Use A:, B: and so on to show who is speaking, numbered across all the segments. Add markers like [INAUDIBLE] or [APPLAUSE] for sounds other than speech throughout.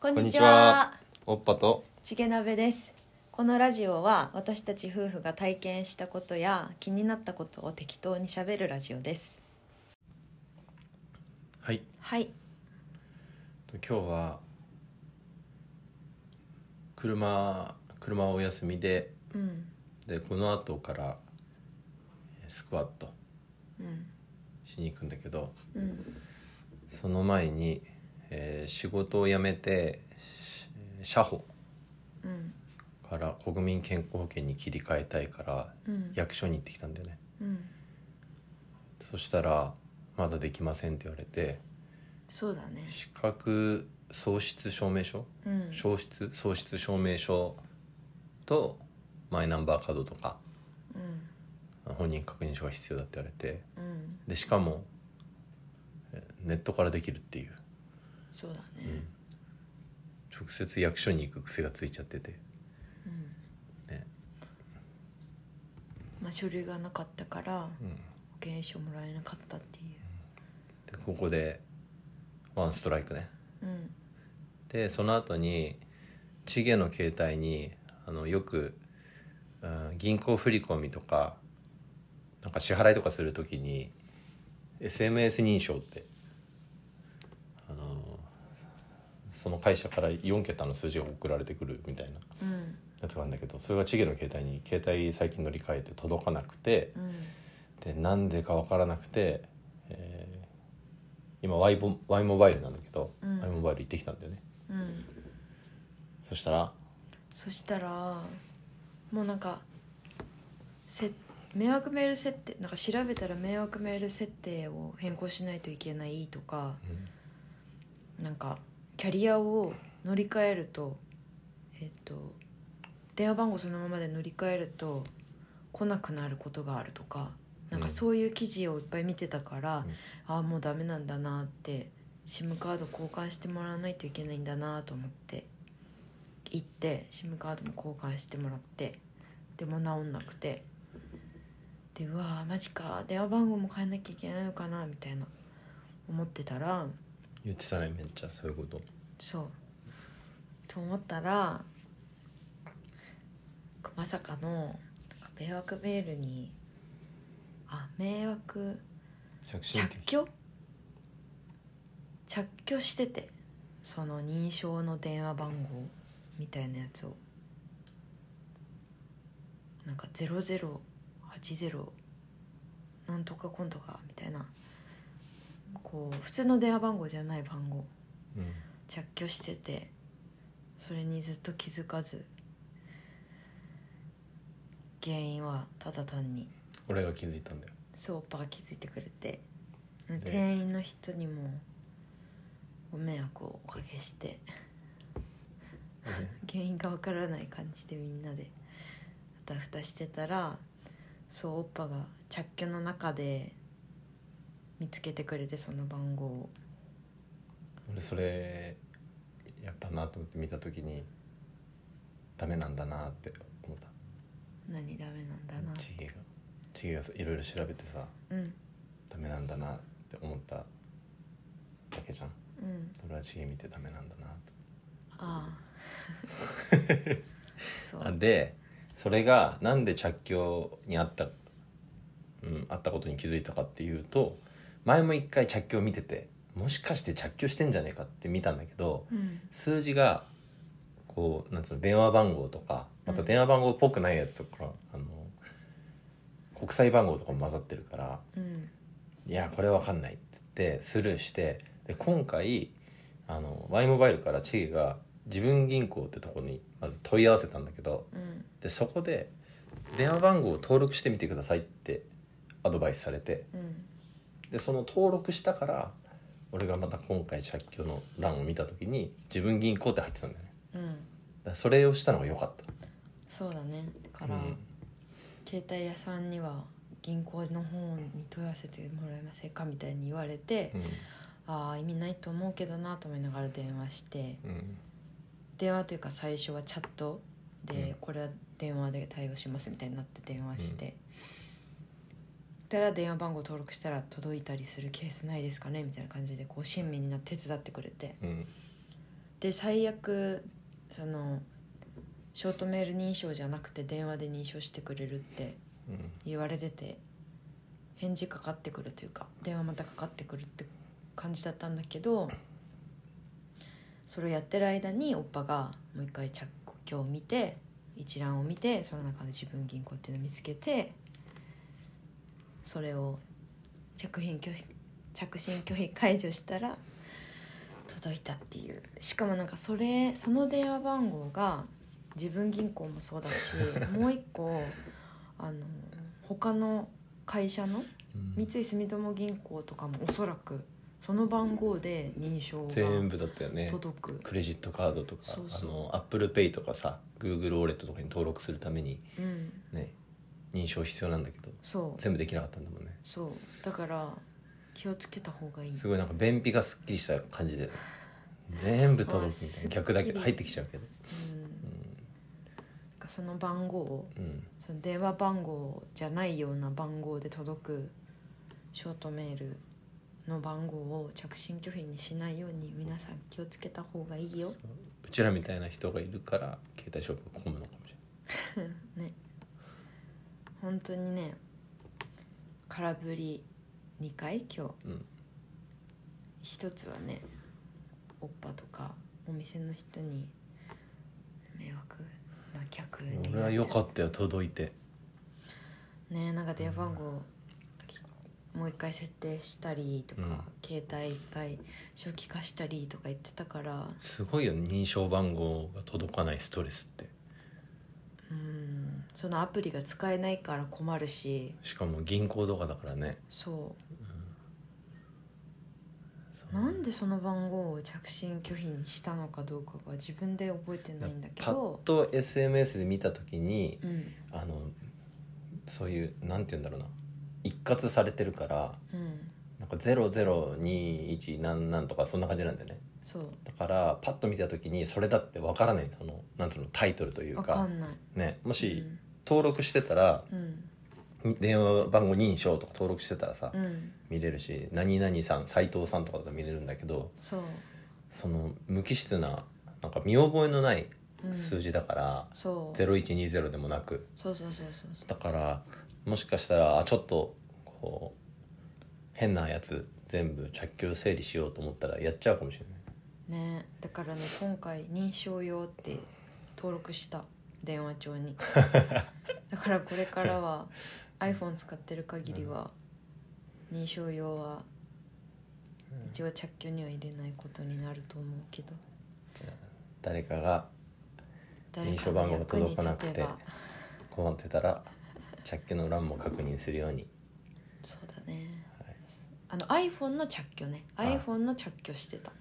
A: こん
B: ん
A: に
B: に
A: ち
B: ち
A: は
B: は。おっぱと
A: ちげなべです。このラジオは私たち夫婦が体験したことや気になったことを適当にしゃべるラジオです。
B: はい
A: はい。
B: 今日は車車お休みで
A: うん。
B: でこの後からえースクワット
A: うん。
B: しに行くんだけど
A: うん。
B: その前に、えー仕事を辞めてし社保
A: うん。
B: から国民健康保険に切り替えたいから
A: うん。
B: 役所に行ってきたんだよね
A: うん。
B: そしたら「まだできません」って言われて
A: そうだね。
B: 資格喪失証明書
A: うん。
B: 消失喪失証明書とマイナンバーカードとか
A: うん。
B: 本人確認書が必要だって言われて
A: うん。
B: でしかもえーネットからできるっていう
A: そうだね。
B: 直接役所に行く癖がついちゃってて
A: うん。
B: ね
A: まあ書類がなかったから
B: うん
A: 保険証もらえなかったってい
B: でここでワンストライクね
A: う。うん。
B: でその後にチゲの携帯にあのよく、うん銀行振り込みとかなんか支払いとかするときに SMS 認証ってあのその会社から4桁の数字が送られてくるみたいな
A: うん。
B: やつがあるんだけどそれがチゲの携帯に携帯最近乗り換えて届かなくて
A: うん。
B: でなんでか分からなくて、えー今 Y ボ Y モバイルなんだけど、
A: うん
B: Y モバイル行ってきたんだよね。
A: うん。
B: そしたら
A: そしたらもうなんかせ迷惑メール設定なんか調べたら迷惑メール設定を変更しないといけないとかなんかキャリアを乗り換えるとえっと電話番号そのままで乗り換えると来なくなることがあるとかなんか
B: うん
A: そういう記事をいっぱい見てたから、
B: うん
A: ああもうダメなんだなって SIM カード交換してもらわないといけないんだなと思って行って SIM カードも交換してもらってでも治んなくてでうわーマジか電話番号も変えなきゃいけないのかなみたいな思ってたら。
B: 言ってたねめっちゃそういうこと
A: そうと思ったらまさかの迷惑メールにあ迷惑
B: 着信
A: 着去着去しててその認証の電話番号みたいなやつをなんか0080なんとかコントかみたいなこう普通の電話番号じゃない番号
B: うん
A: 着去しててそれにずっと気づかず原因はただ単に
B: 俺が気づいたんだよ
A: そうおっぱが気づいてくれて店員の人にもご迷惑をおかけして原因がわからない感じでみんなであたふたしてたらそうおっぱが着去の中で見つけてくれてその番号を
B: 俺それやっぱなと思って見た時にダメなんだなって思った
A: 何ダメなんだな
B: チゲがチゲがいろいろ調べてさ
A: うん
B: ダメなんだなって思っただけじゃん
A: うん
B: 俺はチゲ見てダメなんだなと [LAUGHS]
A: ああそ
B: あ
A: う
B: でそれがなんで着去にあったうんあったことに気づいたかっていうと前も一回着去を見ててもしかして着去してんじゃねえかって見たんだけど、
A: うん
B: 数字がこうなんつうの電話番号とかまた電話番号っぽくないやつとか、あの国際番号とかも混ざってるから
A: うん
B: 「いやこれわかんない」って言ってスルーしてで今回あの Y モバイルからチゲが自分銀行ってとこにまず問い合わせたんだけど
A: うん
B: でそこで「電話番号を登録してみてください」ってアドバイスされて
A: うん
B: でその登録したから俺がまた今回着去の欄を見た時に自分銀行って入ってたんだよね。
A: うん
B: だからそれをしたのが良かった
A: そうだねだから、携帯屋さんには銀行の方に問い合わせてもらえませんかみたいに言われて、
B: う
A: ああ意味ないと思うけどなと思いながら電話して
B: んうん
A: 電話というか最初はチャットで、
B: うん
A: これは電話で対応しますみたいになって電話して、たら電話番号登録したら届いたりするケースないですかねみたいな感じでこう親身になって手伝ってくれて
B: うん
A: で最悪そのショートメール認証じゃなくて電話で認証してくれるって
B: うん
A: 言われてて返事かかってくるというか電話またかかってくるって感じだったんだけどそれをやってる間におっぱがもう一回着去を見て一覧を見てその中で自分銀行っていうのを見つけてそれを着信拒否着信拒否解除したら届いたっていうしかもなんかそれその電話番号が自分銀行もそうだしもう一個あの他の会社の
B: うん
A: 三井住友銀行とかもおそらくその番号で認証
B: 全
A: が
B: 部だったよね
A: 届く、
B: クレジットカードとか
A: そうそう
B: あのアップルペイとかさ Google ウォレットとかに登録するために
A: うん
B: ね認証必要なんだけど
A: そう
B: 全部できなかったんだもんね
A: そうだから気をつけた方がいい
B: すごいなんか便秘がすっきりした感じで全部届
A: あ
B: くみたい
A: すっき
B: な
A: り
B: 逆だけど入ってきちゃうけど
A: うん、なんかその番号を
B: うん、うん
A: その電話番号じゃないような番号で届くショートメールの番号を着信拒否にしないように皆さん気をつけた方がいいよ
B: うちらみたいな人がいるから携帯ショップが混むのかもしれない
A: ね本当にね空振り2回今日、
B: うん
A: 一つはねおっぱとかお店の人に迷惑な客になっちゃう
B: 俺は良かったよ届いて
A: ねえなんか電話番号もう一回設定したりとか、
B: うん
A: 携帯一回初期化したりとか言ってたから
B: すごいよね認証番号が届かないストレスって
A: うんそのアプリが使えないから困るし
B: しかも銀行とかだからね
A: そ
B: そう
A: うなんでその番号を着信拒否にしたのかどうかが自分で覚えてないんだけ
B: パッ
A: ど
B: と SMS で見た時に
A: うん
B: あのそういうなんて言うんだろうな一括されてるから
A: うん
B: なんか0021何なんとかそんな感じなんだよね
A: そう
B: だからパッと見た時にそれだってわからないそのなんつうのタイトルという
A: 分
B: か
A: かんない
B: ね、もし
A: うん
B: 登録してたら、
A: うん
B: に電話番号認証とか登録してたらさ、
A: うん
B: 見れるし何々さん斎藤さんとかだと見れるんだけど
A: そう、
B: その無機質ななんか見覚えのない
A: うん、
B: 数
A: 字
B: 字だから、
A: そう
B: 0120でもなく
A: そうそうそうそうそう
B: だからもしかしたらあちょっとこう変なやつ全部着去整理しようと思ったらやっちゃうかもしれない
A: ねだからね今回認証用って登録した電話帳
B: [LAUGHS]
A: にだからこれからは iPhone 使ってる限りは認証用は一応着去には入れないことになると思うけど
B: 誰かが認証番号が届かなくて困ってたら着去の欄も確認するように
A: そうだね
B: はい、
A: あの iPhone の着去ね
B: はい
A: iPhone の着去してた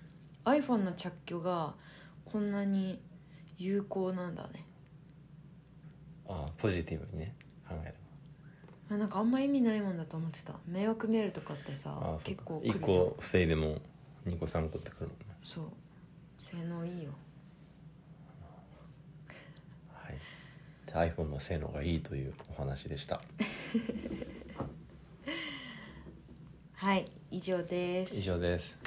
A: iPhone の着去がこんなに有効なんだね
B: ああポジティブにね考えれ
A: あなんかあんま意味ないもんだと思ってた迷惑メールとかって
B: ばあ
A: さ
B: あ
A: 結構来る
B: 1
A: じゃん
B: 個防いでも2個3個ってくるもんね
A: そう性能いいよ
B: はいじゃあ iPhone の性能がいいというお話
A: [LAUGHS]
B: でした
A: はい以上です
B: 以上です